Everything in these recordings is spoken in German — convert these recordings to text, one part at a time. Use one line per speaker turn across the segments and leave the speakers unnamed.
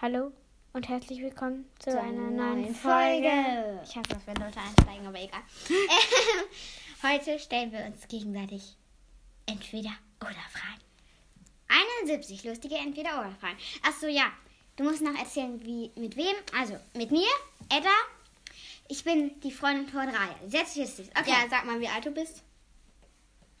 Hallo und herzlich willkommen zu,
zu
einer neuen Folge. Ich hasse es, wenn Leute einsteigen, aber egal. Ähm, Heute stellen wir uns gegenseitig entweder oder Fragen. 71 lustige entweder oder Fragen. Achso, ja. Du musst noch erzählen, wie mit wem. Also mit mir, Edda. Ich bin die Freundin vor drei. Selbstjustiz. Okay.
Ja, sag mal, wie alt du bist.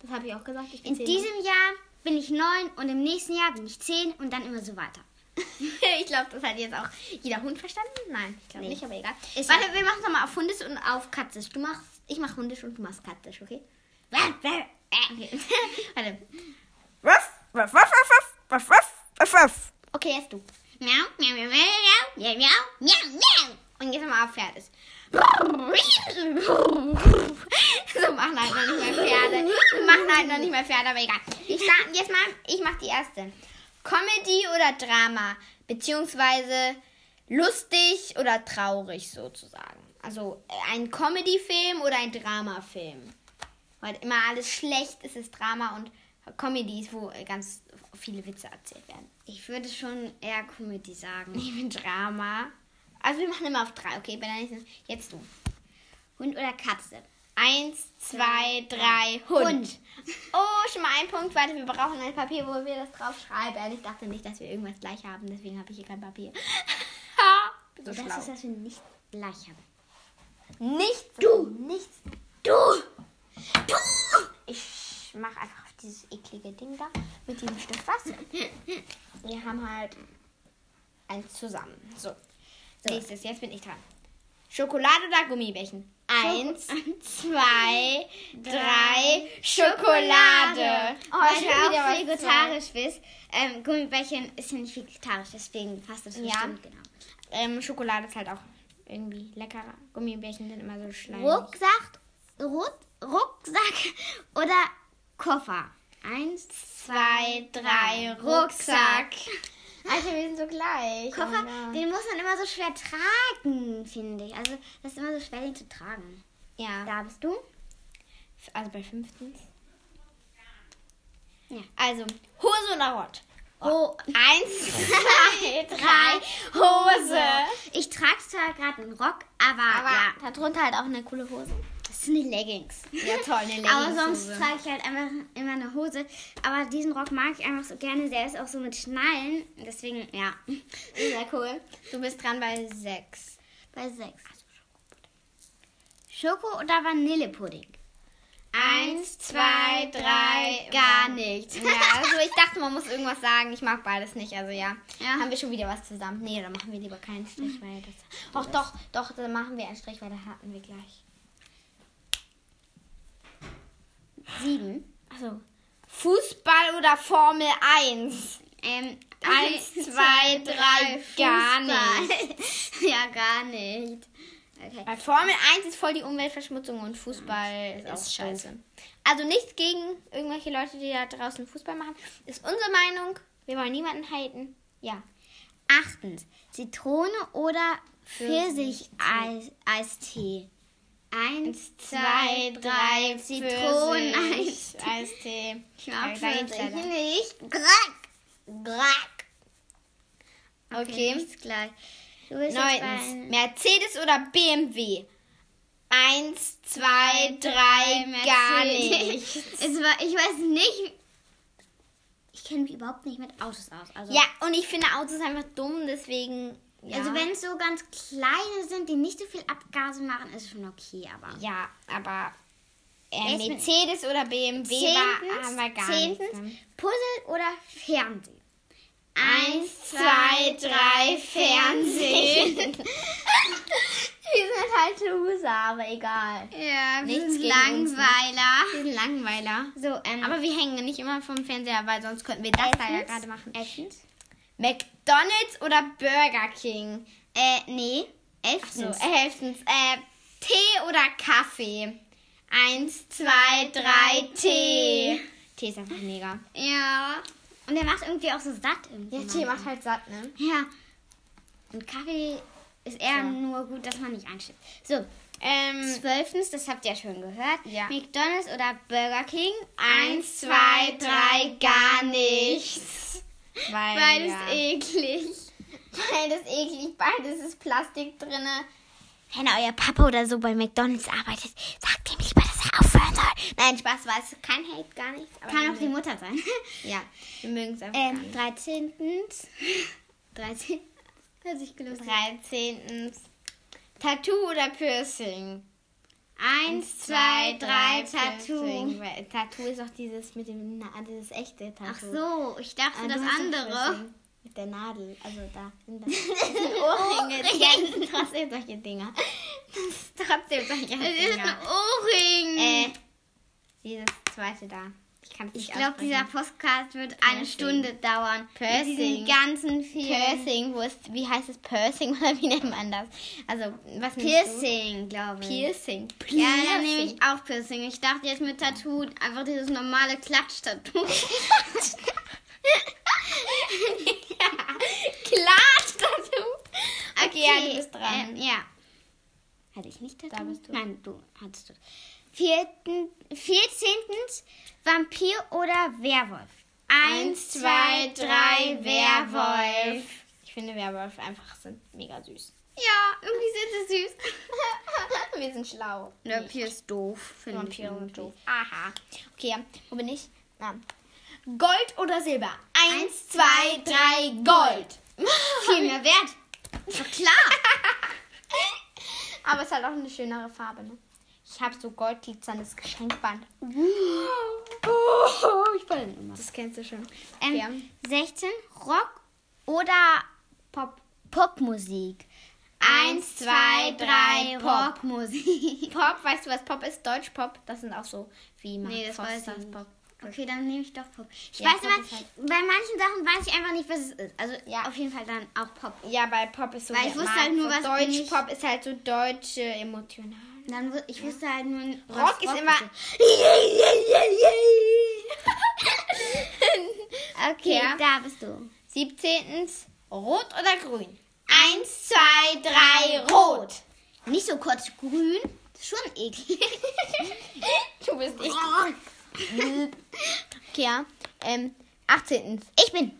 Das habe ich auch gesagt. Ich ne? bin
In
zehn.
diesem Jahr bin ich neun und im nächsten Jahr bin ich zehn und dann immer so weiter.
ich glaube, das hat jetzt auch jeder Hund verstanden. Nein, ich glaube
Nee.
nicht, aber egal.
Ist
Warte, wir machen es nochmal auf Hundisch und auf Katzisch. Du machst, ich mache Hundisch und du machst Katzisch, okay? okay. Warte.
Ruff, ruff, ruff, ruff, ruff, ruff, ruff, ruff.
Okay, jetzt du. Miau, miau, miau, miau, miau, miau, miau, miau, miau. Und jetzt nochmal auf Pferdes. so machen halt noch nicht mehr Pferde. Wir machen halt noch nicht mehr Pferde, aber egal. Ich starte jetzt mal, ich mache die erste. Comedy oder Drama? Beziehungsweise lustig oder traurig sozusagen. Also äh, ein Comedy-Film oder ein Drama-Film. Weil halt immer alles schlecht ist, ist Drama und Comedy ist, wo äh, ganz viele Witze erzählt werden.
Ich würde schon eher Comedy sagen.
Ich bin Drama. Also wir machen immer auf drei, okay? Bei der nächsten. Jetzt du.
Hund oder Katze?
Eins, zwei, drei, Hund. Oh, schon mal ein Punkt. Warte, wir brauchen ein Papier, wo wir das drauf schreiben. Ich dachte nicht, dass wir irgendwas gleich haben, deswegen habe ich hier kein Papier. Ha, bin so
Das
schlau.
ist, dass wir nicht gleich haben.
Nichts. Du. Nichts. Du. Du. Ich mache einfach auf dieses eklige Ding da mit diesem Stift was. Wir haben halt eins zusammen. So. Nächstes, jetzt bin ich dran. Schokolade oder Gummibärchen? Eins, zwei, drei, Schokolade.
Oh,
Mal
ich
hör
höre wieder,
auf,
weil du vegetarisch bist. Ähm, Gummibärchen ist ja nicht vegetarisch, deswegen passt das
Ja.
bestimmt genau.
Ähm, Schokolade ist halt auch irgendwie leckerer. Gummibärchen sind immer so schleimig.
Rucksack, Ruck, Rucksack oder Koffer? Eins,
zwei, drei, Rucksack. Alter, wir sind so gleich.
Koffer,
Oh Gott.
den muss man immer so schwer tragen, finde ich. Also, das ist immer so schwer, den zu tragen.
ja.
Da bist du.
Also bei 15.
Ja.
Also, Hose oder Hot?
Oh,
Eins, zwei, drei, Hose.
Ich trage zwar gerade einen Rock, aber,
Aber
ja,
darunter halt auch eine coole Hose.
das sind die Leggings.
Ja, toll, eine
Aber sonst
Leggingshose.
trage ich halt einfach immer eine Hose. Aber diesen Rock mag ich einfach so gerne. Der ist auch so mit Schnallen. Deswegen, ja,
Sehr cool. Du bist dran bei 6.
bei sechs. Schoko oder Vanillepudding?
Eins, zwei, drei, gar nichts. Ja, also ich dachte, man muss irgendwas sagen. Ich mag beides nicht, also ja. Hm.
Ja.
Haben wir schon wieder was zusammen? Nee, dann machen wir lieber keinen Strich, weil das. Ach doch, doch, dann machen wir einen Strich, weil das hatten wir gleich.
Sieben.
Achso. Fußball oder Formel 1?
Ähm,
Eins, zwei, drei, gar
nicht. ja, gar nicht. Okay.
Weil Formel 1 ist voll die Umweltverschmutzung und Fußball ist,
Ist
scheiße. Also nichts gegen irgendwelche Leute, die da draußen Fußball machen. Ist unsere Meinung. Wir wollen niemanden halten. Ja.
Achtens. Zitrone oder Pfirsicheistee? Eins, zwei, drei, Zitroneneis.
Zitroneneis. Eistee.
Ich mag
Ja, gleich
Pfirsich
leider.
nicht. Grack. Grack.
Okay.
nichts gleich. Du bist jetzt
Neuntens.
bei-
Mercedes oder BMW? Eins, zwei, drei,
Mercedes.
gar nicht.
Es war, ich weiß nicht. Ich kenne mich überhaupt nicht mit Autos aus. Also,
Ja, und ich finde Autos einfach dumm, deswegen. Ja.
also wenn es so ganz kleine sind, die nicht so viel Abgase machen, ist schon okay, aber.
Ja, aber äh,
Erst mit-
Mercedes oder BMW war, haben wir gar
zehntens,
nichts.
Puzzle oder Fernsehen?
Eins, zwei, drei, Fernsehen. wir sind halt Loser, aber egal.
Ja,
Nichts
nichts
gegen uns, ne?
Langweiler.
Wir sind Langweiler.
So, ähm,
Aber wir hängen nicht immer vom Fernseher, weil sonst könnten wir das da ja
Essens?
gerade machen.
elftens?
McDonalds oder Burger King?
Äh, nee,
So,
elftens.
helftens. Äh, Tee oder Kaffee? Eins, zwei, drei, Tee. Tee ist einfach mega.
ja. Und der macht irgendwie auch so satt irgendwie.
Ja, Tee macht halt satt, ne?
Ja. Und Kaffee ist eher
So.
nur gut, dass man nicht einschätzt. So,
Ähm,
zwölftens, das habt ihr ja schon gehört.
Ja.
McDonalds oder Burger King?
Eins, zwei, drei, gar nichts. Weil,
Beides
ja.
eklig.
Beides eklig, beides ist Plastik drinne.
Wenn euer Papa oder so bei McDonalds arbeitet, sagt ihm lieber, dass er aufhören soll.
Nein, Spaß war es. Kein Hate, gar nichts. aber wir
Kann auch die
mögen-
Mutter sein.
Ja, wir mögen es einfach.
ähm, 13. 13. Hört sich gelöst.
13. Tattoo oder Piercing?
Eins, zwei, drei, Tattoo.
Piercing. Weil Tattoo ist auch dieses mit dem Na dieses echte Tattoo.
Ach so, ich dachte
Ah,
das
du hast ein
andere.
Piercing Mit der Nadel, also da. In der Ohrringe, die ganzen trotzdem solche Dinger. Das ist trotzdem solche
Es ist ein
Dinger.
Ohrring.
Äh, dieses zweite da. Ich kann es nicht
ich glaube,
aussprechen.
dieser Podcast wird
Piercing.
eine Stunde dauern. Mit
Piercing.
diesen ganzen vielen.
Piercing, wo ist, wie heißt es Piercing oder wie nennt man das? Also, was nimmst du?
Piercing, glaube ich.
Piercing.
Ja, dann nehme ich auch Piercing. Ich dachte jetzt mit Tattoo einfach dieses normale Klatsch-Tattoo.
Klatsch-Tattoo. Okay, ja, du bist dran.
ähm, ja. Hatte ich nicht Tattoo?
Da bist du.
Nein, du hattest du. Vierten, vierzehntens, Vampir oder Werwolf? Eins, zwei, drei, Werwolf.
Ich finde Werwolf einfach sind mega süß.
Ja, irgendwie sind sie süß.
Wir sind schlau.
Vampir ist doof, finde ich.
Vampire und
irgendwie.
doof. Aha. Okay, wo bin ich? Ah. Gold oder Silber? Eins, zwei, drei, Gold.
Viel mehr wert.
So klar. Aber es hat auch eine schönere Farbe, ne? Ich habe so goldglitzerndes Geschenkband. Oh, ich bin immer. Das kennst du schon.
Ähm,
Ja.
16, Rock oder Pop? Popmusik. Eins, zwei, drei,
Pop.
Popmusik.
Pop, weißt du, was Pop ist? Deutschpop. Das sind auch so wie Mark
Nee, das
Forster.
weiß ich nicht. Okay, dann nehme ich doch Pop. Ich
Ja,
weiß
Pop
immer,
ist halt-
bei manchen Sachen weiß ich einfach nicht, was es ist. Also
Ja.
auf jeden Fall dann auch Pop.
Ja, bei Pop ist so
Weil
der
ich wusste
Markt
halt nur,
für
was
Deutsch
bin ich-
Pop ist halt so deutsche emotional.
Dann, wu- ich wusste halt nur, was
Rock ist immer
Okay,
Ja.
da bist du.
17. Rot oder grün? Eins, zwei, drei, rot.
Nicht so kurz grün. Schon eklig.
Du bist ich. Okay, ja. Ähm, 18.
Ich bin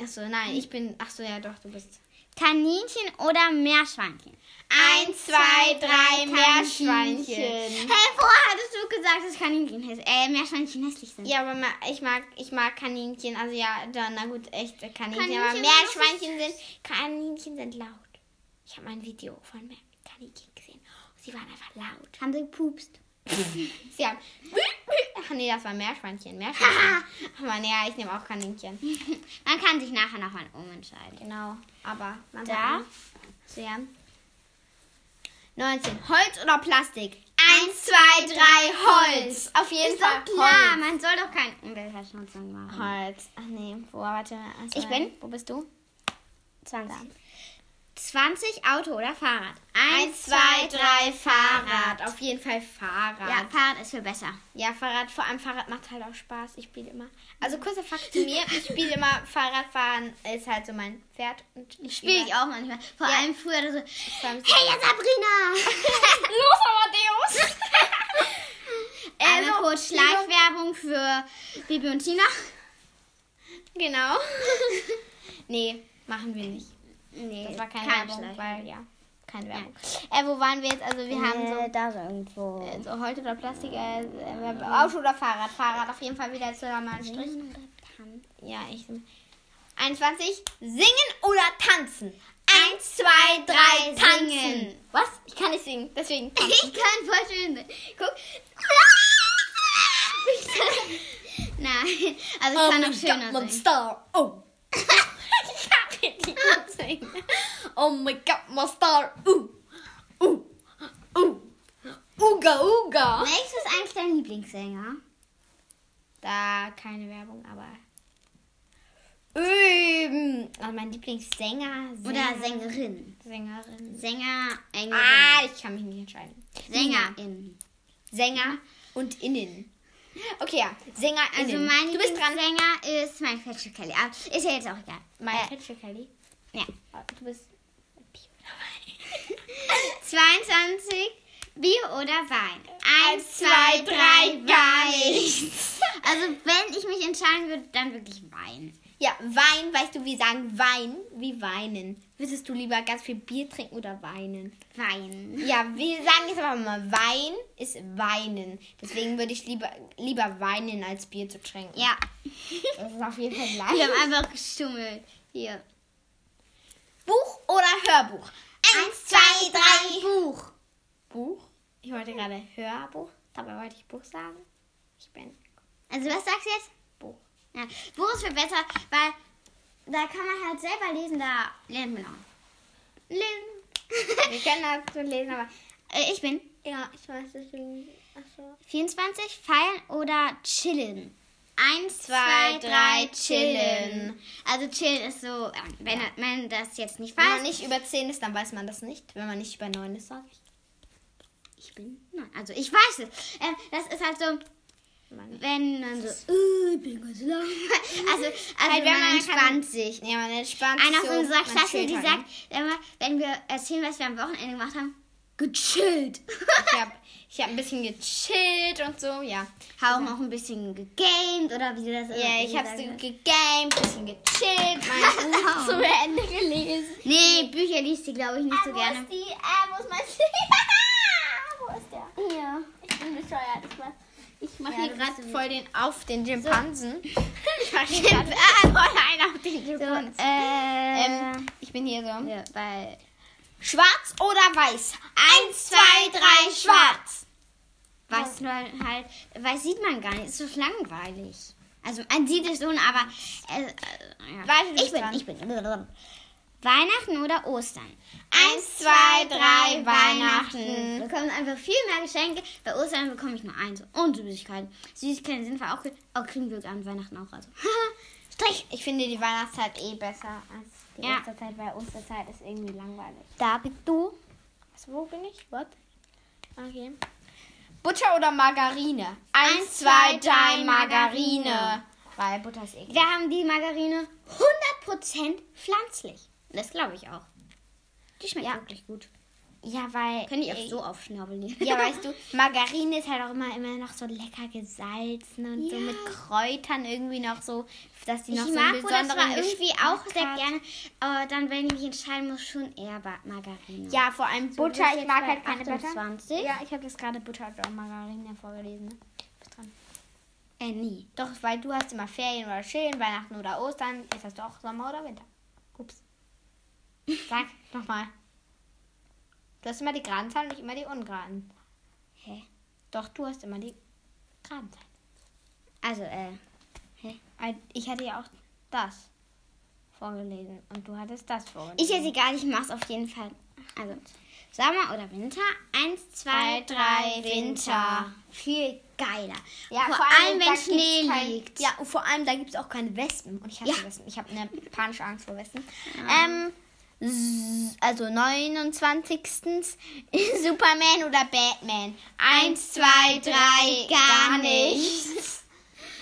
Achso, nein, ich bin. Achso, ja, doch, du bist.
Kaninchen oder Meerschweinchen?
Eins, zwei, drei,
Hey,
Meerschweinchen.
vorher hattest du gesagt, dass Kaninchen, häss äh, Meerschweinchen hässlich sind.
Ja, aber ma- ich mag, ich mag Kaninchen. Also, ja, dann, na gut, echt äh, Kaninchen. aber
Kaninchen
Meerschweinchen sind. Kaninchen sind laut. Ich habe mal ein Video von Meer- Kaninchen gesehen. Sie waren einfach laut.
Haben sie gepupst.
Sie haben. Ach nee, das war Meerschweinchen. Meerschweinchen. Aber naja, ich nehme auch Kaninchen.
Man kann sich nachher nochmal umentscheiden.
Genau, aber man
Da?
sagt sehr. 19. Holz oder Plastik? Eins, zwei, drei, Holz. Auf jeden
Ist
Fall
doch klar,
Holz.
man soll doch keine Umweltverschmutzung machen.
Holz. Ach nee, wo warte. also,
Ich bin-
Wo bist du?
20. 20 Auto oder Fahrrad?
Eins, zwei, drei, Fahrrad. Auf jeden Fall Fahrrad.
Ja, Fahrrad ist viel besser.
Ja, Fahrrad, vor allem Fahrrad macht halt auch Spaß. Ich spiele immer. Also kurzer Fakt zu mir, ich spiele immer Fahrradfahren, ist halt so mein Pferd und ich
Spiele ich auch manchmal. Vor
Ja.
allem früher so.
Hey,
Hey, Sabrina!
Los, Amadeus!
Einmal
Also,
kurz
lieber-
Schleichwerbung für Bibi und Tina.
Genau. nee, machen wir nicht.
Nee,
Das war keine, Werbung, weil ja, keine Werbung. Äh, wo waren wir jetzt? Also wir haben so
da irgendwo.
äh, so Holz oder Plastik, äh, äh, Auto oder Fahrrad, Fahrrad auf jeden Fall wieder zusammen einen Strich. Ja, ich. 21. Singen oder tanzen? Eins, zwei, drei, tanzen.
Singen.
Was? Ich kann nicht singen, deswegen.
Ich kann voll schön sein. Guck. Nein, also
Oh
ich kann noch schöner singen.
Star. Oh. ich hab hier die Singen. Oh my God, my Star. Uh. Uh. Uh. Uga, uga.
Welches ist eigentlich dein Lieblingssänger?
Da keine Werbung, aber. Ähm, also mein Lieblingssänger. Sänger,
Oder Sängerin?
Sängerin.
Sänger, Engerin.
Ah, ich kann mich nicht entscheiden.
Sängerin.
Sänger und innen. Okay, ja. Sänger
Also
innen.
mein
du bist dran.
Lieblingssänger ist mein Fetcher Kelly. Aber ist ja jetzt auch egal.
Mein Fetcher Kelly. Ah,
Ja.
Du bist.
22. Bier oder Wein?
Eins, zwei, drei, gar nichts.
Also, wenn ich mich entscheiden würde, dann wirklich Wein.
Ja, Wein, weißt du, wie sagen Wein, wie weinen. Würdest du lieber ganz viel Bier trinken oder weinen?
Wein.
Ja, wir sagen jetzt aber mal, Wein ist weinen. Deswegen würde ich lieber, lieber weinen, als Bier zu trinken.
Ja,
Das ist auf jeden Fall
wir
leicht.
haben einfach geschummelt. Hier.
Buch oder Hörbuch?
Eins, zwei, drei, Buch.
Buch? Ich wollte gerade Hörbuch, dabei wollte ich Buch sagen. Ich bin
Also, was sagst du jetzt?
Buch.
Ja, Buch ist viel besser, weil da kann man halt selber lesen, da lernt man auch.
Wir
Lesen.
können dazu lesen, aber.
Äh, ich bin
Ja, ich weiß deswegen. Achso.
24, feiern oder chillen. Eins,
Zwei,
zwei,
drei,
drei,
chillen.
chillen. Also chillen ist so, äh, wenn man das jetzt nicht
Wenn man
weiß.
nicht über 10 ist, dann weiß man das nicht. Wenn man nicht über 9 ist, sag ich.
Ich bin, nein, also ich weiß es. Ähm, das ist halt so,
Man
wenn man so, äh, ich bin ganz lang. also, also
Halt, wenn
wenn
man
man,
kann-
entspannt sich.
ja, man entspannt
Einer
sich
aus unserer
man
Klasse,
chillt
die
halt,
sagt immer, wenn wir erzählen, was wir am Wochenende gemacht haben, gechillt.
ne? Ich habe ich hab ein bisschen gechillt und so, ja.
haben auch ein bisschen gegamed oder wie das
Ja, ich habe
gesagt
so
wird.
gegamed, ein bisschen gechillt, mein Buch zu Ende gelesen.
Nee, Bücher liest sie, glaube ich, nicht so gerne.
die? Äh, wo ist mein Wo ist der?
Ja.
Ich bin bescheuert. Ich mach, ich mach
Ja,
hier
du
gerade
bist so
voll den auf den Schimpansen. ich mach hier
Den-
grad voll einen auf den
So,
Schimpansen.
äh,
ähm, ich bin hier so.
ja, weil
Schwarz oder weiß? Eins, zwei, drei, schwarz.
weiß man halt, weiß sieht man gar nicht, ist so langweilig. Also man sieht es schon, aber äh, äh, ja.
Weiß, du bist
ich bin,
dran.
ich bin. Weihnachten oder Ostern?
Eins, zwei, drei, Weihnachten.
Wir bekommen einfach viel mehr Geschenke. Bei Ostern bekomme ich nur eins. Und Süßigkeiten. Süßigkeiten sind wir auch, auch kriegen wir an Weihnachten auch. Also.
Strich. Ich finde die Weihnachtszeit eh besser als die
Ja.
Osterzeit, weil Osterzeit ist irgendwie langweilig.
Da bist du.
Was, wo bin ich? What? Okay. Butter oder Margarine? Eins, zwei, drei, Margarine. Weil Butter ist eh eklig.
Wir haben die Margarine 100% pflanzlich. Das glaube ich auch. Die schmeckt wirklich gut.
Ja, weil. äh,
Können die auch so aufschnabbeln.
Ja, weißt du, Margarine ist halt auch immer, immer noch so lecker gesalzen und so
Ja.
mit Kräutern irgendwie noch so, dass die
Ich
noch so einen
mag Butter
besonderen
zwar irgendwie auch
Geschmack
sehr
hat.
gerne, aber dann, wenn ich mich entscheiden muss, schon eher Ba- Margarine.
Ja, vor allem
So,
Butter.
bist du
ich
jetzt
mag
bei
halt keine
28?
Butter. Ja, ich habe jetzt gerade Butter und Margarine vorgelesen. Ne? Bist dran.
Äh, nie.
Doch, weil du hast immer Ferien oder Chillen, Weihnachten oder Ostern. Jetzt hast du auch Sommer oder Winter. Ups. Sag nochmal. Du hast immer die geraden Zahlen und ich immer die ungeraden.
Hä?
Doch, du hast immer die geraden Zahlen.
Also, äh,
Ein- Ich hatte ja auch das vorgelesen und du hattest das vorgelesen.
ist jetzt egal, ich mach's auf jeden Fall. Also, Sommer oder Winter? Eins, zwei,
Zwei, drei,
drei,
Winter.
Winter. Viel geiler.
ja,
vor, allem,
da
wenn
gibt's
Schnee
kein,
liegt.
Ja, und vor allem, da gibt es auch keine Wespen. Und ich hasse
Ja.
Wespen. Ich habe eine panische Angst vor Wespen. Ähm, s- also 29. Superman oder Batman? Eins, zwei, drei, gar nichts.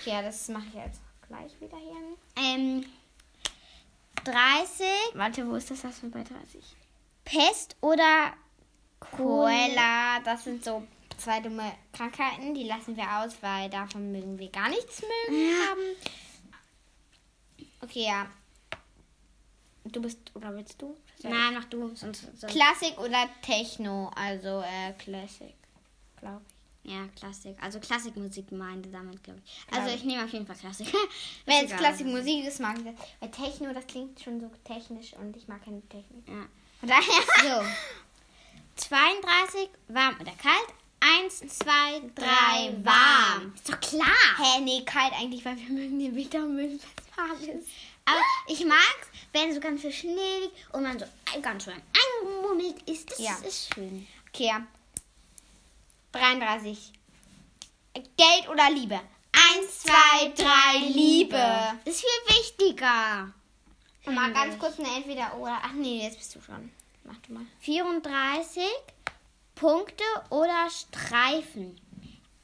Ja, das mache ich jetzt gleich wieder hier.
Ähm, 30.
Warte, wo ist das, was wir bei 30?
Pest oder
Cruella, das sind so zwei dumme Krankheiten, die lassen wir aus, weil davon mögen wir gar nichts mögen haben. Okay, ja. Du bist, oder willst du?
Nein, mach du. Sonst, sonst.
Klassik oder Techno, also äh, Classic, glaube ich.
ja, Klassik. Also Klassikmusik meinte damit, glaube ich.
Glaub
Also
ich.
ich nehme auf jeden Fall Klassik.
Wenn
Ist
es
egal.
Klassikmusik ist, mag ich das. Weil Techno, das klingt schon so technisch und ich mag keine Technik.
Ja.
Von daher.
So. 32, warm oder kalt? Eins, zwei, drei, warm. Ist doch klar.
Hä, nee, kalt eigentlich, weil wir mögen den Winter und mögen was Warmes.
Aber ich mag's, wenn so ganz viel Schnee liegt und man Oh so ein- ganz schön eingemummelt ist. Das
Ja.
ist schön.
Okay. ja. 33. Geld oder Liebe? Eins, zwei, drei, Liebe.
Ist viel wichtiger.
Mal ganz kurz eine entweder oder. Ach nee, jetzt bist du schon. Mach du mal.
34 Punkte oder Streifen.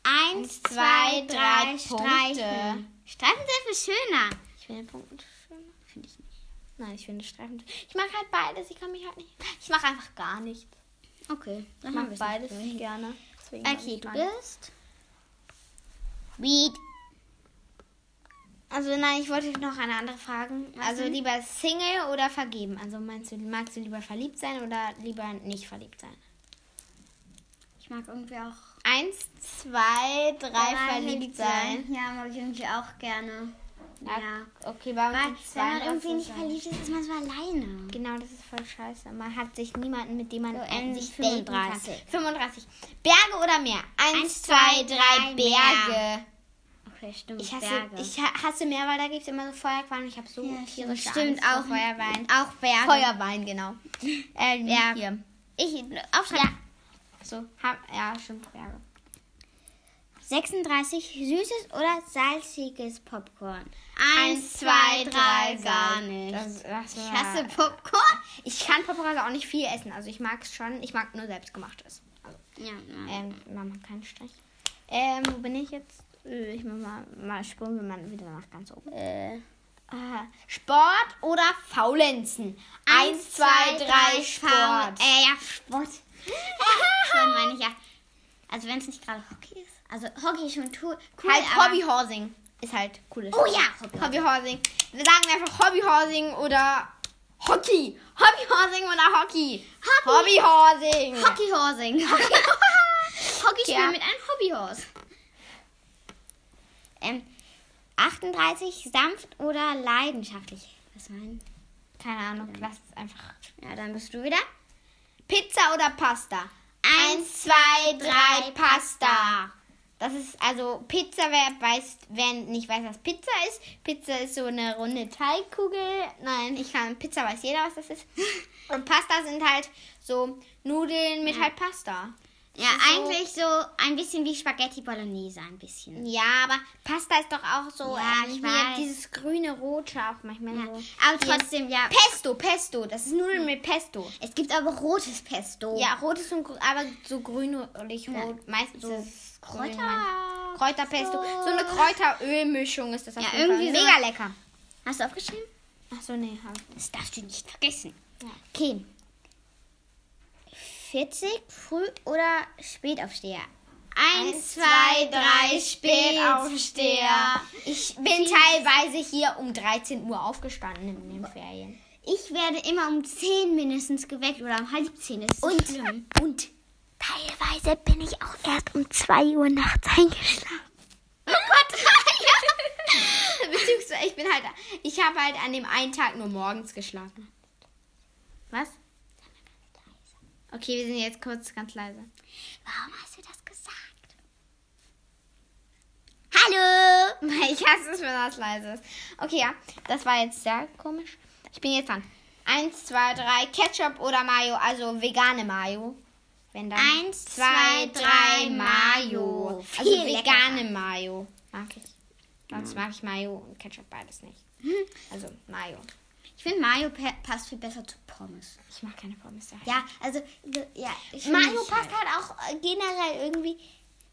Eins,
zwei,
zwei,
drei
drei
Punkte.
Streifen. Streifen sind viel schöner.
Ich finde den Punkt schöner.
Finde ich nicht.
Nein, ich finde Streifen. Ich mag halt beides. Ich kann mich halt nicht. Ich mache einfach gar nichts.
Okay, dann
Ich
haben
mag
wir's
beides
nicht.
gerne. Deswegen mag
Okay,
ich
du
gar nicht.
bist. Weed. Also nein, ich wollte noch eine andere fragen.
Also lieber Single oder vergeben? Also meinst du, magst du lieber verliebt sein oder lieber nicht verliebt sein?
ich mag irgendwie auch
Eins, zwei, drei, verliebt sein.
Ja, mag ich irgendwie auch gerne. Ja.
Okay, bei
Weil,
uns ist
wenn man
anders
irgendwie
so
nicht
sein.
verliebt ist, ist man so alleine.
Genau, das ist voll scheiße. Man hat sich niemanden, mit dem man
So,
an
ähm,
sich
35.
35. 35. Berge oder Meer? Eins,
Eins,
zwei,
zwei,
drei
drei,
Berge.
Meer. Okay, stimmt.
Ich hasse, ich ha- hasse Meer, weil da gibt es immer so Feuerqualm. Ich habe so
Ja,
tierische
stimmt,
Angst
auch-
vor Feuerwein.
auch Berge.
Feuerwein, genau. Ähm,
Ja.
Hier. Ich, aufschreiben. Ja. So, hab, ja, stimmt, Berge.
36. Süßes oder salziges Popcorn?
Eins, zwei, drei, gar
nicht.
nicht. Das, das
ich
war-
hasse Popcorn.
Ich kann Popcorn auch nicht viel essen. Also ich mag es schon. Ich mag nur selbstgemachtes. Also,
Ja, ja.
ähm, Mama, keinen Strich. Ähm, wo bin ich jetzt? Äh, Ich mach mal, mal spulen wir mal wieder nach ganz oben.
Äh,
Ah, Sport oder Faulenzen? Eins, zwei, drei, Sport.
Äh, ja, Sport. schon meine ich ja. Also wenn es nicht gerade Hockey ist. Also Hockey ist schon cool. cool
halt
aber-
Hobbyhorsing ist halt cooles.
Oh ja, Hobbyhorsing.
Hobbyhorsing. Wir sagen einfach Hobbyhorsing oder Hockey. Hobbyhorsing oder Hockey.
Hobby-
Hobbyhorsing.
Hockeyhorsing. Hockey spielen
Ja.
mit einem Hobbyhorse. Ähm, 38 sanft oder leidenschaftlich? Was meinen?
Keine Ahnung, lass es einfach.
Ja, dann bist du wieder.
Pizza oder Pasta? Eins, zwei, drei, Pasta. Das ist also Pizza, wer weiß, wer nicht weiß, was Pizza ist. Pizza ist so eine runde Teigkugel. Nein, ich kann Pizza weiß jeder, was das ist. Und Pasta sind halt so Nudeln mit halt Pasta.
Ja, eigentlich so ein bisschen wie Spaghetti Bolognese, ein bisschen.
Ja, aber Pasta ist doch auch so
Ja,
ähm,
ich
hier
weiß.
dieses grüne Rote auch manchmal
Ja.
so.
Aber trotzdem, ja.
Pesto, Pesto, das ist Nudeln mit Pesto.
Es gibt aber rotes Pesto.
Hm. Ja, rotes und grün, aber so grünlich rot. Meistens
So
ist es grün. manchmal.
Kräuter.
Kräuterpesto. So eine Kräuterölmischung ist das auf
Ja,
jeden Fall.
irgendwie so-
mega lecker.
Hast du aufgeschrieben?
Achso, nee. hab ich
Das darfst du nicht vergessen.
Ja.
Okay. 40 Früh- oder Spätaufsteher?
Eins, zwei, drei, Spätaufsteher.
Ich
bin teilweise hier um 13 Uhr aufgestanden in den Ferien.
Ich werde immer um 10 mindestens geweckt oder um halb 10. Das ist und, schlimm. Und teilweise bin ich auch erst um 2 Uhr nachts eingeschlafen.
Oh Gott, ja. Beziehungsweise ich bin halt, ich habe halt an dem einen Tag nur morgens geschlafen. Was? Okay, wir sind jetzt kurz ganz leise.
Warum hast du das gesagt? Hallo!
Ich hasse es, wenn das leise ist. Okay, ja, das war jetzt sehr komisch. Ich bin jetzt dran. Eins, zwei, drei, Ketchup oder Mayo, also vegane Mayo. Wenn dann.
Eins, zwei, drei, Mayo.
Also
Viel
vegane Mayo. Mag ich. Sonst mag ich Mayo und Ketchup beides nicht.
Hm.
Also Mayo.
Ich finde, Mayo pa- passt viel besser zu Pommes.
Ich mag keine Pommes. daheim.
Ja, also, so, ja. Ich find
Mayo
nicht
passt
halt auch äh, generell irgendwie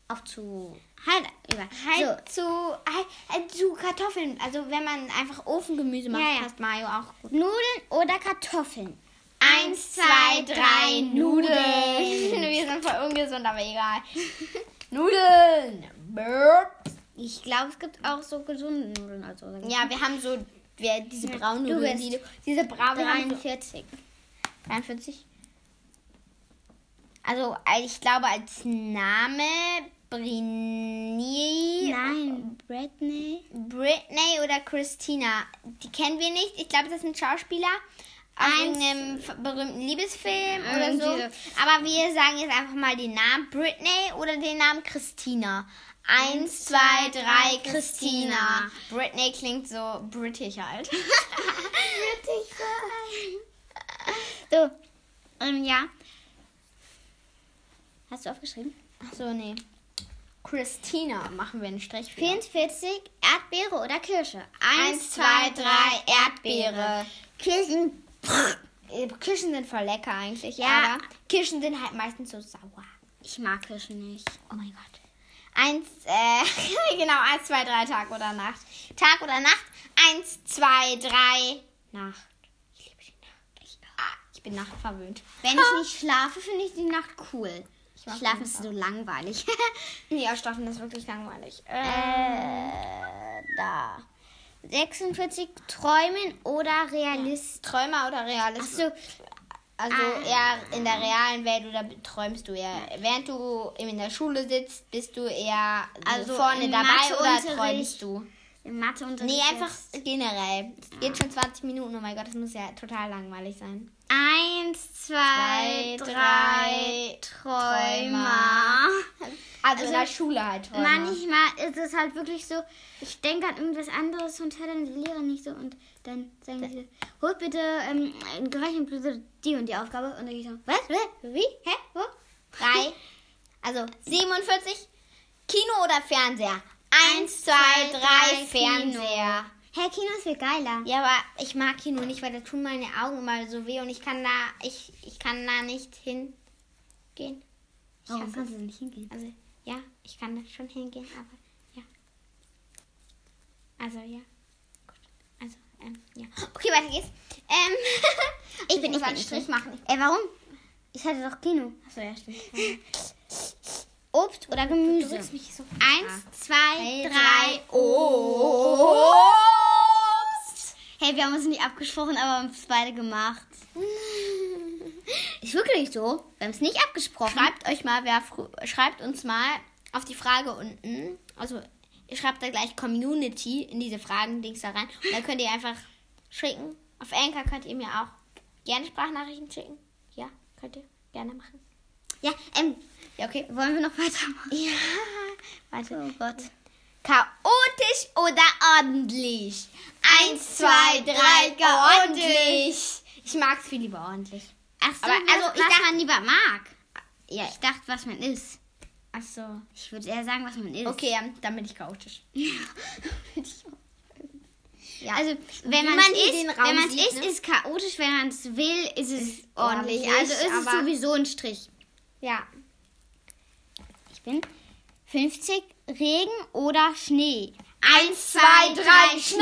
auch zu. Halt, über.
Halt
so.
zu, halt, äh, zu Kartoffeln. Also wenn man einfach Ofengemüse macht,
Ja, ja.
passt Mayo auch gut.
Nudeln oder Kartoffeln?
Eins, zwei, drei, Nudeln.
Nudeln.
Wir sind voll ungesund, aber egal. Nudeln. Burp.
Ich glaube, es gibt auch so gesunde Nudeln. Also,
Ja, wir haben so wir, diese braunen
du
Nudeln.
bist
die, diese braunen wir haben so-
43.
43. Also äh, ich glaube als Name Brini,
Nein, Britney.
Britney oder Christina. Die kennen wir nicht. Ich glaube, das sind Schauspieler aus
Eins-
einem berühmten Liebesfilm
Also Ja,
oder
irgendwie
so. Aber wir sagen jetzt einfach mal den Namen Britney oder den Namen Christina. Eins, zwei, drei, Christina.
Christina.
Britney klingt so britisch halt.
So, ähm, ja. Hast du aufgeschrieben?
Achso, nee. Christina machen wir einen Strich. für.
44 Erdbeere oder Kirsche?
Eins, zwei, drei, Erdbeere.
Kirschen.
Äh, Kirschen sind voll lecker eigentlich,
Ja.
aber Kirschen sind halt meistens so sauer.
Ich mag Kirschen nicht.
Oh mein Gott. Eins, äh, genau, eins, zwei, drei, Tag oder Nacht. Tag oder Nacht, eins, zwei, drei, Nacht. Ich liebe die Nacht. Ich, ah, ich bin nachtverwöhnt.
Wenn ich nicht schlafe, finde ich die Nacht cool.
mag
Schlafen
die
ist so langweilig.
Ja, Stoffen ist wirklich langweilig. Äh,
äh, da. 46 Träumen oder Realist.
Träumer oder Realist?
Achso,
Also eher in der realen Welt oder träumst du eher? Während du in der Schule sitzt, bist du eher so
Also
vorne
im
dabei oder
Matheunterricht.
träumst du?
im Matheunterricht.
Nee, einfach
jetzt.
generell. Geht schon 20 Minuten, oh mein Gott, das muss ja total langweilig sein.
Eins,
Zwei,
zwei,
drei
drei, Träumer.
Also, in
Also,
der Schule halt Träumer.
Manchmal ist es halt wirklich so, ich denke an irgendwas anderes und höre dann die Lehrer nicht so und dann sagen die, so, holt bitte ähm, in Geräuschenblüte die und die Aufgabe und dann gehe ich so, was, Wer? wie, hä, wo?
Drei. Also 47. Kino oder Fernseher? Eins, zwei, drei, Fernseher.
Hä, Kino ist viel geiler.
Ja, aber ich mag Kino nicht, weil da tun meine Augen immer so weh und ich kann da, ich, ich kann da nicht hingehen. Ich
Warum
hasse
kannst du
es.
Oh, nicht hingehen?
Also, ja, ich kann da schon hingehen, aber ja. Also, ja. Gut. Also, ähm, ja. Okay, weiter geht's. Ähm, ich bin
ich
nicht
bin-
einen
ich
Strich machen.
Ey, warum? Ich hatte doch Kino. Achso, ja, stimmt.
Obst oder
Gemüse?
Du drückst mich so.
Eins, zwei,
Drei, Oh.
drei,
drei,
Obst. Hey, wir haben uns nicht abgesprochen, aber haben es beide gemacht. Ist wirklich so. Ähm, Wir haben es nicht abgesprochen.
Schreibt euch mal, wer frü- schreibt uns mal auf die Frage unten. Also ihr schreibt da gleich Community in diese Fragen-Dings da rein. Und dann könnt ihr einfach schicken. Auf Anchor könnt ihr mir auch gerne Sprachnachrichten schicken. Ja, könnt ihr gerne machen.
Ja, ähm,
Ja, okay.
wollen wir noch weitermachen?
Ja, warte.
Oh Gott.
Chaotisch oder ordentlich? Eins, zwei, drei, chaotisch. Ich mag's viel lieber ordentlich.
Ach so,
Aber, also,
was,
ich
was
dachte-
man lieber mag.
Ja,
Ich dachte, was man ist.
ach so.
Ich würde eher sagen, was man ist.
Okay, ja, dann bin ich chaotisch.
Ja. Also, wenn
Wie
man
man
es
hier
isst,
den Raum
wenn man es
sieht,
isst,
ne?
ist chaotisch. Wenn man es will, ist es ordentlich.
ordentlich,
Also ist es
aber-
sowieso ein Strich.
Ja.
Ich bin 50 Regen oder Schnee.
Eins, zwei, drei,
Ist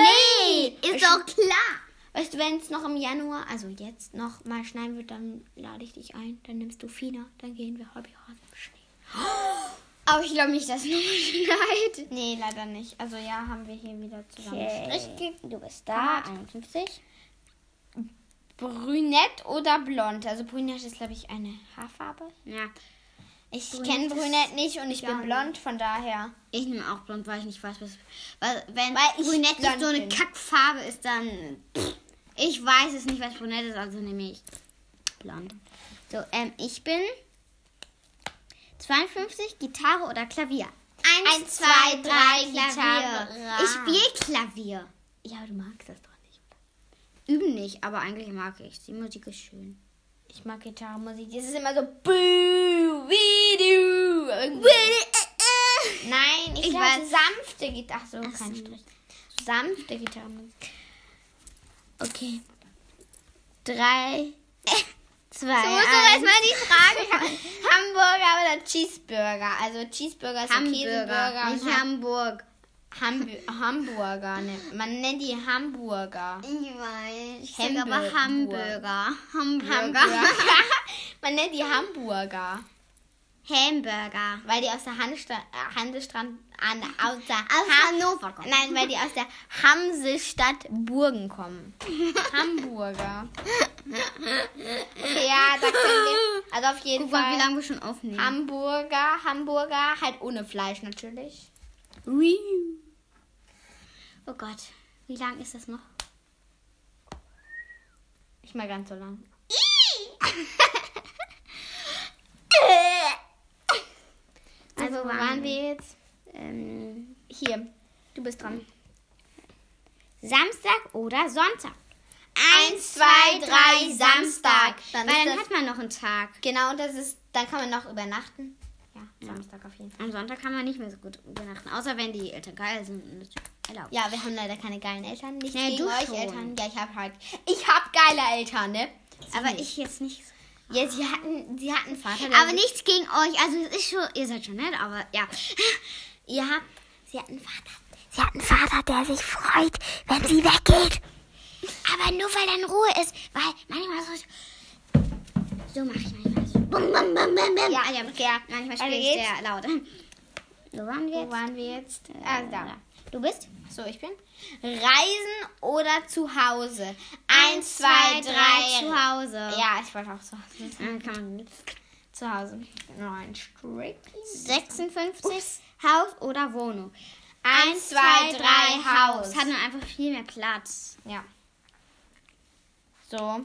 doch klar.
Weißt du, wenn es noch im Januar, also jetzt noch mal schneien wird, dann lade ich dich ein. Dann nimmst du Fina, dann gehen wir Hobbyhorse im Schnee.
Aber ich glaube nicht, dass es schneit.
Nee, leider nicht. Also ja, haben wir hier wieder zusammen.
Okay. Du bist da, 51.
Brünett oder blond? Also brünett ist, glaube ich, eine Haarfarbe.
Ja,
Ich
Brünett
kenne
ist-
brünett nicht und ich
Ja,
bin blond, von daher.
ich nehme auch blond, weil ich nicht weiß, was... Weil, wenn
Weil ich
brünett
blond
ist, so eine
bin.
Kackfarbe ist, dann... Pff, ich weiß es nicht, was brünett ist, also nehme ich blond. So, ähm, ich bin 52, Gitarre oder Klavier?
Eins, zwei, drei, Gitarre.
Ich spiele Klavier.
Ja, aber du magst das doch nicht.
Üben nicht, aber eigentlich mag ich Die Musik ist schön.
Ich mag Gitarrenmusik. Das ist immer so. Boo, wie du. Irgendwie. Nein, ich,
Ich
glaube,
weiß.
sanfte Gitarre. Ach so,
Ach
kein
so.
Strich. Sanfte Gitarrenmusik.
Okay. Drei, zwei,
Du musst doch
eins.
erstmal die Frage haben. Hamburger oder Cheeseburger? Also Cheeseburger ist ja
Hamburger,
Käseburger.
nicht
und Ham
Hamburg.
Hambü- Hamburger. Ne? Man nennt die Hamburger.
Ich weiß. Ich
sag aber
Hamburger. Hamburger.
Man nennt die Hamburger.
Hamburger.
Weil die aus der Handestra äh, Handestrand... An, aus der
Aus
Ha-
Hannover kommt.
Nein, weil die aus der Hansestadt Burgen kommen. Hamburger. Okay, ja, da können wir... Also auf jeden
Guck mal, wie
Fall...
lange wir schon aufnehmen.
Mhm. Hamburger, Hamburger, halt ohne Fleisch natürlich.
oh Gott. Wie lang ist das noch?
Nicht mal ganz so lang. Also, wo waren wir jetzt?
Ähm,
Hier, du bist dran.
Samstag oder Sonntag?
Eins, zwei, drei, Samstag. Dann
Dann Weil
ist
dann
das-
hat man noch einen Tag.
Genau, und das ist, dann kann man noch übernachten. Ja, Samstag auf jeden Fall.
Am Sonntag kann man nicht mehr so gut übernachten, außer wenn die Eltern geil sind und es erlaubt.
Ja, wir haben leider keine geilen Eltern. Nicht
Nee,
gegen
du
euch
schon.
Eltern. Ja, ich hab halt, ich hab geile Eltern, ne?
aber ich jetzt nicht.
Ja, sie hatten, sie hatten einen Vater. der-
Aber nichts gegen euch, also es ist schon, ihr seid schon nett, aber ja.
ihr habt, sie hatten einen Vater.
Sie hat einen Vater, der sich freut, wenn sie weggeht. Aber nur weil dann Ruhe ist, weil manchmal so. So mache ich manchmal so. Bum, bum, bum, bum, bum.
Ja, ja, ja.
manchmal
Weiter
spiele ich
geht's.
sehr laut. Wo waren wir
Wo
jetzt? Äh, Also,
waren wir jetzt? Ah, da.
Du bist?
So, ich bin. Reisen oder zu Hause? Eins, zwei, drei.
zu Hause.
Ja, ich wollte auch zu Hause.
Äh, Kann man
Zu Hause. Neun Strick.
56. Haus oder Wohnung?
Eins, zwei, drei, Haus.
Hat nur einfach viel mehr Platz.
Ja. So.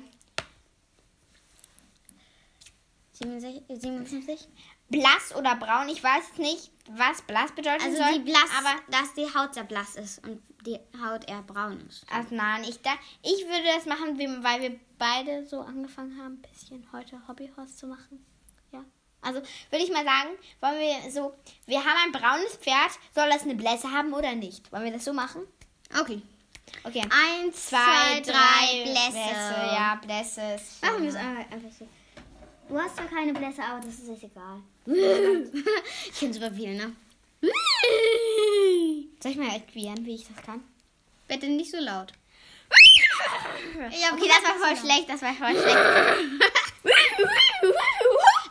67, 57?
Blass oder braun? Ich weiß nicht, was blass bedeuten
Also
soll.
die blass,
Aber,
dass die Haut sehr blass ist und die Haut eher braun ist.
ach nein, ich, da, ich würde das machen, wie- weil wir beide so angefangen haben, ein bisschen heute Hobbyhorse zu machen. Ja. Also würde ich mal sagen, wollen wir so, wir haben ein braunes Pferd, soll das eine Blässe haben oder nicht? Wollen wir das so machen?
Okay.
Okay.
Eins,
zwei, drei
Blässe.
Ja, Blässe. ist-
Machen wir es einfach einfach so. Du hast zwar keine Blässe, aber das ist jetzt egal. ich kenne super viel, ne?
Soll ich mal erklären, wie ich das kann?
Bitte nicht so laut.
Ja, okay, das war voll schlecht, das war voll schlecht.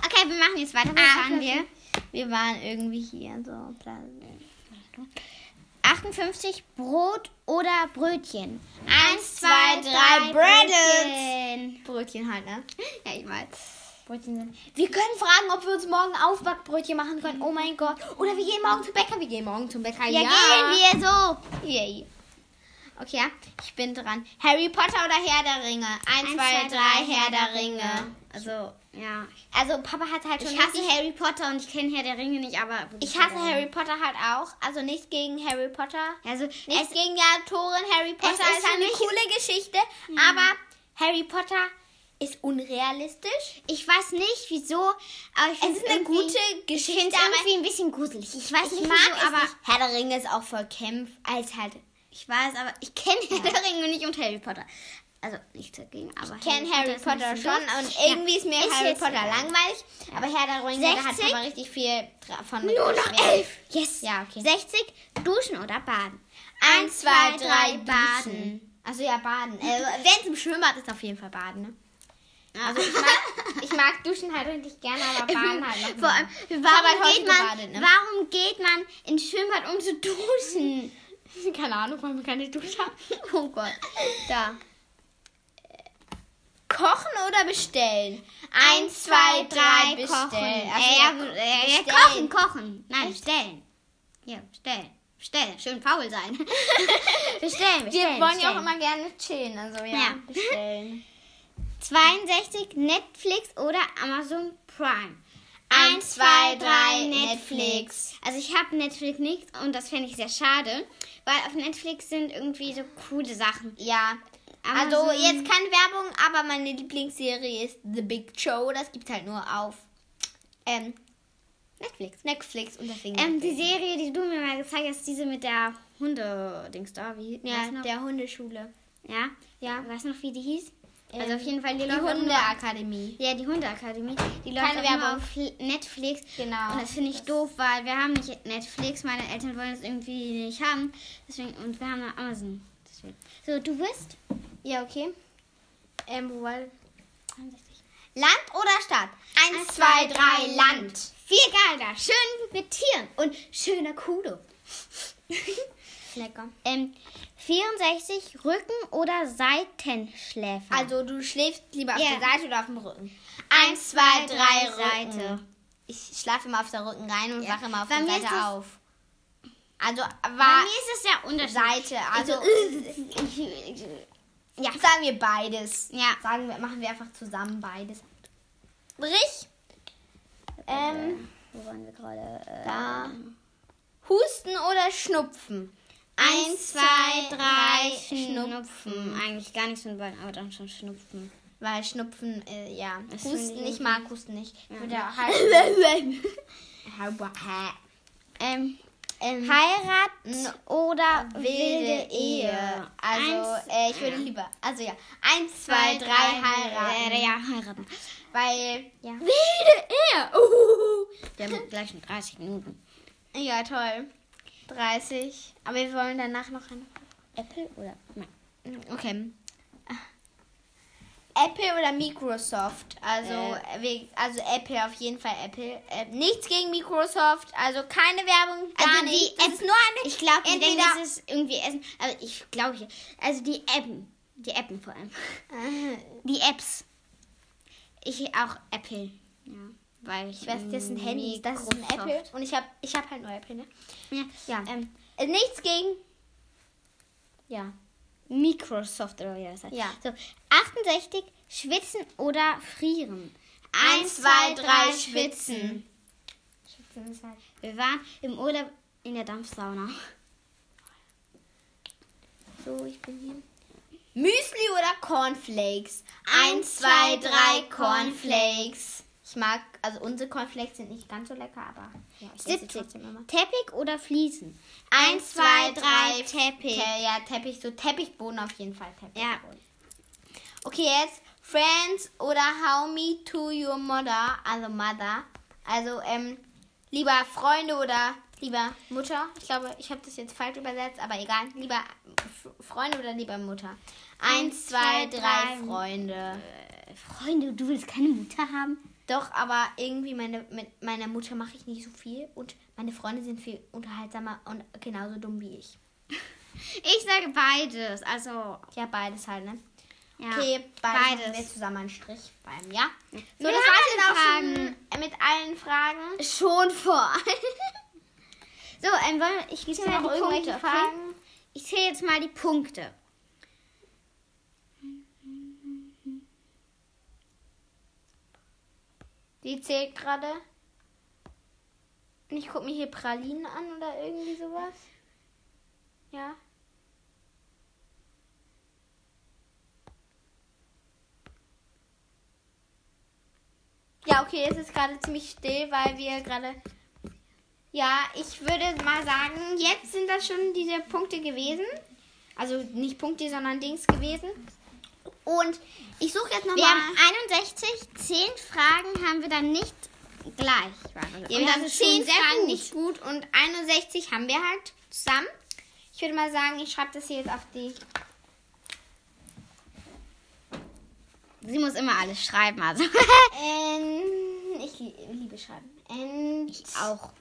okay, wir machen jetzt weiter. Wo
Ah,
waren wir? Wir waren irgendwie hier so. bla-
58 Brot oder Brötchen?
Eins, zwei, drei, Brötchen. Brötchen halt, ne?
Ja, ich weiß.
Brötchen sind. Wir können fragen, ob wir uns morgen Aufbackbrötchen machen können. Oh mein Gott. Oder wir gehen morgen zum Bäcker. Wir gehen morgen zum Bäcker.
Ja,
Ja,
gehen wir
wir. Yay. Okay, ja, ich bin dran. Harry Potter oder Herr der Ringe? Eins, zwei, drei, Herr der Ringe.
Also, ja.
Also, Papa hat halt schon
Ich hasse Harry Potter und ich kenne Herr der Ringe nicht, aber.
Ich hasse Harry Potter halt auch. Also nicht gegen Harry Potter.
Also,
Nicht
es,
gegen die Autorin. Harry Potter
ist Hm.
ist,
für
eine
mich-
coole Geschichte. Aber Harry Potter ist unrealistisch.
ich weiß nicht wieso, aber ich
Es
finde
ist eine gute
Ich
Geschichte,
finde
aber
irgendwie ein bisschen gruselig. Ich weiß
ich
nicht
mag
wieso,
es
aber.
nicht. Herr der Ringe ist auch voll Kämpf. Als halt.
Ich weiß, aber ich kenne Herr der Ringe nicht und Harry Potter. Also, nichts dagegen, aber.
Ich kenne Harry
ist ein
Potter
bisschen
schon
doof.
und irgendwie ist mir
Ist
Harry
jetzt
Potter langweilig. Aber Herr der Ringe da hat
60?
aber richtig viel dra- von
Nur noch
geschwärmt.
elf. Yes.
Ja, okay.
60. Duschen oder baden?
Eins, zwei, drei,
Baden.
baden. Also ja, baden. Also, Wenn es im Schwimmbad ist, auf jeden Fall baden. Ne?
Also,
Ich mag, ich mag Duschen halt richtig gerne, aber baden halt noch.
Vor allem,
mehr.
warum
hab halt
geht,
heute
man,
gebadet, ne?
warum geht man ins Schwimmbad, um zu duschen?
Keine Ahnung, weil wir keine Dusche haben.
Oh Gott.
Da. Kochen oder bestellen?
Eins, zwei, drei,
Also,
kochen.
ja,
äh, äh,
bestellen.
kochen, kochen. Nein, bestellen. Ja, bestellen. Bestellen. Schön faul sein. bestellen, bestellen.
Wir wollen ja auch
bestellen.
immer gerne chillen, also ja,
Ja.
bestellen.
62 Netflix oder Amazon Prime.
Eins, zwei, drei, Netflix.
Also ich habe Netflix nicht und das fände ich sehr schade, weil auf Netflix sind irgendwie so coole Sachen.
Ja.
Amazon-
Also jetzt keine Werbung, aber meine Lieblingsserie ist The Big Show. Das gibt halt nur auf ähm, Netflix. Netflix und deswegen.
Ähm, die Serie, die du mir mal gezeigt hast, diese mit der Hunde-Dings da, wie? weißt
ja,
du noch?
der Hundeschule.
ja, ja. Weißt du noch, wie die hieß? also
Ähm,
auf jeden Fall, die,
Die
läuft auch nur-
Hundeakademie.
Ja, die Hundeakademie. Die läuft
Keine
auch nur
Werbung.
auf Netflix.
Genau.
Und das finde ich doof, weil wir haben nicht Netflix. Meine Eltern wollen es irgendwie nicht haben. Deswegen, und wir haben nur Amazon. Deswegen. So, du bist?
Ja, okay. Ähm, wo war
Land oder Stadt?
Eins, zwei, drei, Land.
Viel geiler. Schön mit Tieren und schöner Kudo.
Lecker.
Ähm, 64 Rücken- oder Seitenschläfer.
Also du schläfst lieber auf
Ja.
der Seite oder auf dem Rücken? Eins, zwei, drei, Seite. Ich schlafe immer auf der Rücken rein und
Ja.
wache immer auf
Bei
der
mir ist
Seite
es-
auf. Also
Bei
war
mir ist es ja unterschiedlich.
Seite, also
Also,
ja, sagen wir beides.
ja.
Sagen wir, machen wir einfach zusammen beides. Brich. Ähm,
Wo waren wir gerade?
da. Husten oder Schnupfen?
Eins, zwei, drei,
Schnupfen.
Schnupfen. Eigentlich gar nicht so ein Wort, aber dann schon Schnupfen.
Weil Schnupfen, äh, ja.
Das
Husten,
finde ich
ich mag Husten nicht. Ich würde auch halt.
ähm,
ähm,
Heirat
No.
oder
wilde Ehe.
Eins,
Also, äh, ich würde lieber. Also ja, eins, zwei, drei heiraten.
Äh, ja, heiraten.
Weil, ja.
Wilde Ehe. Uhuhu. Wir haben gleich schon 30 Minuten.
Ja, toll. 30. Aber wir wollen danach noch eine.
Apple oder? Nein.
Okay. Apple oder Microsoft. Also,
Äh.
wir- also Apple auf jeden Fall Apple. Äh, nichts gegen Microsoft, also keine Werbung, gar
Also die
nicht. Das
App-
ist nur eine
Ich glaube, die denken,
Entweder-
das ist irgendwie Essen. Aber ich glaube hier. Also die Appen. Die Appen vor allem. Die Apps. Ich auch Apple. Ja. Weil ich
Ich weiß, das ist ein Handy, das ist ein
Microsoft.
Apple. Und ich habe ich hab halt nur Apple, ne?
Ja. ja.
Ähm, äh, nichts gegen.
ja. Microsoft oder wie das heißt.
Ja.
So, 68, schwitzen oder frieren.
Eins, zwei, drei, schwitzen.
schwitzen ist halt. Wir waren im Urlaub in der Dampfsauna. So, ich bin hier.
Müsli oder Cornflakes? Eins, zwei, drei Cornflakes. Ich mag, also unsere Cornflakes sind nicht ganz so lecker, aber ja, ich esse sie
70.
trotzdem immer.
Teppich oder Fliesen?
Eins, zwei, drei
Teppich.
Te ja, Teppich, so Teppichboden auf jeden Fall. Teppich.
Ja.
Okay, jetzt Friends oder How Me to Your Mother, also Mother. Also, ähm, lieber Freunde oder lieber Mutter. Ich glaube, ich habe das jetzt falsch übersetzt, aber egal. Lieber F Freunde oder lieber Mutter. Eins, zwei, drei Freunde.
Äh, Freunde, du willst keine Mutter haben?
Doch, aber irgendwie meine, mit meiner Mutter mache ich nicht so viel und meine Freunde sind viel unterhaltsamer und genauso dumm wie ich.
Ich sage beides. Also,
Ja, beides halt, ne?
ja.
Okay, beides.
Beides.
machen Wir zusammen einen Strich beim Ja. So,
Wir
das war's
haben
jetzt auch
alle
schon mit allen Fragen.
Schon vor. so, ähm, wollen wir- ich
Gibt's
zähle
noch
die
irgendwelche
Punkte, okay?
Fragen?
Ich zähle jetzt mal die Punkte.
Die zählt gerade. Und ich gucke mir hier Pralinen an oder irgendwie sowas. Ja. Ja, okay, es ist gerade ziemlich still, weil wir gerade. Ja, ich würde mal sagen, jetzt sind das schon diese Punkte gewesen. Also nicht Punkte, sondern Dings gewesen. Und ich suche jetzt
Wir
nochmal.
haben 61, 10 Fragen haben wir dann nicht gleich.
Ja,
Und
wir
das
haben
ist
10
schon sehr
Fragen
gut.
nicht gut und 61 haben wir halt zusammen. Ich würde mal sagen, ich schreibe das hier jetzt auf die.
Sie muss immer alles schreiben, also.
Ähm, ich lie- liebe Schreiben. And ich
Auch.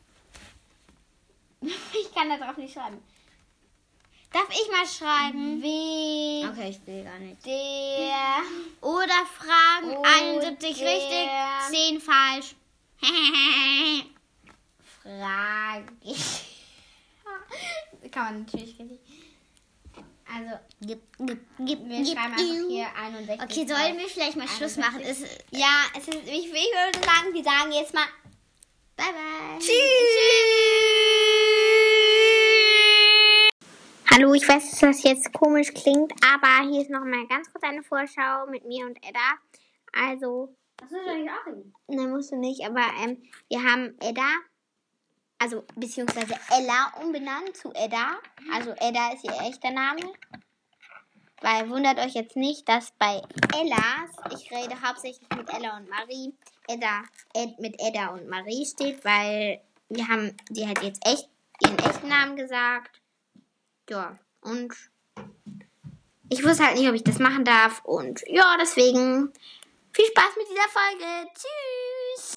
Ich kann da drauf nicht schreiben.
Darf ich mal schreiben?
Wie
Okay, ich will gar nicht.
der.
Oder Fragen,
Oh,
71
der-
richtig, 10 falsch.
Frage. kann man natürlich richtig. Also,
gib, gib, gib,
wir schreiben einfach hier 61.
Okay,
drauf.
sollen wir vielleicht mal Schluss machen? Ist,
Ja, es ist, ich, ich würde sagen, wir sagen jetzt mal.
bye bye.
Hallo, ich weiß, dass das jetzt komisch klingt, aber hier ist nochmal ganz kurz eine Vorschau mit mir und Edda. Also,
Das ist doch nicht aufregend.
ne, musst du nicht, aber ähm, wir haben Edda, also beziehungsweise Ella umbenannt zu Edda. Also Edda ist ihr echter Name. Weil wundert euch jetzt nicht, dass bei Ellas, ich rede hauptsächlich mit Ella und Marie, Edda, Ed, mit Edda und Marie steht, weil wir haben, die hat jetzt echt ihren echten Namen gesagt. Ja, und ich wusste halt nicht, ob ich das machen darf. Und ja, deswegen viel Spaß mit dieser Folge. Tschüss.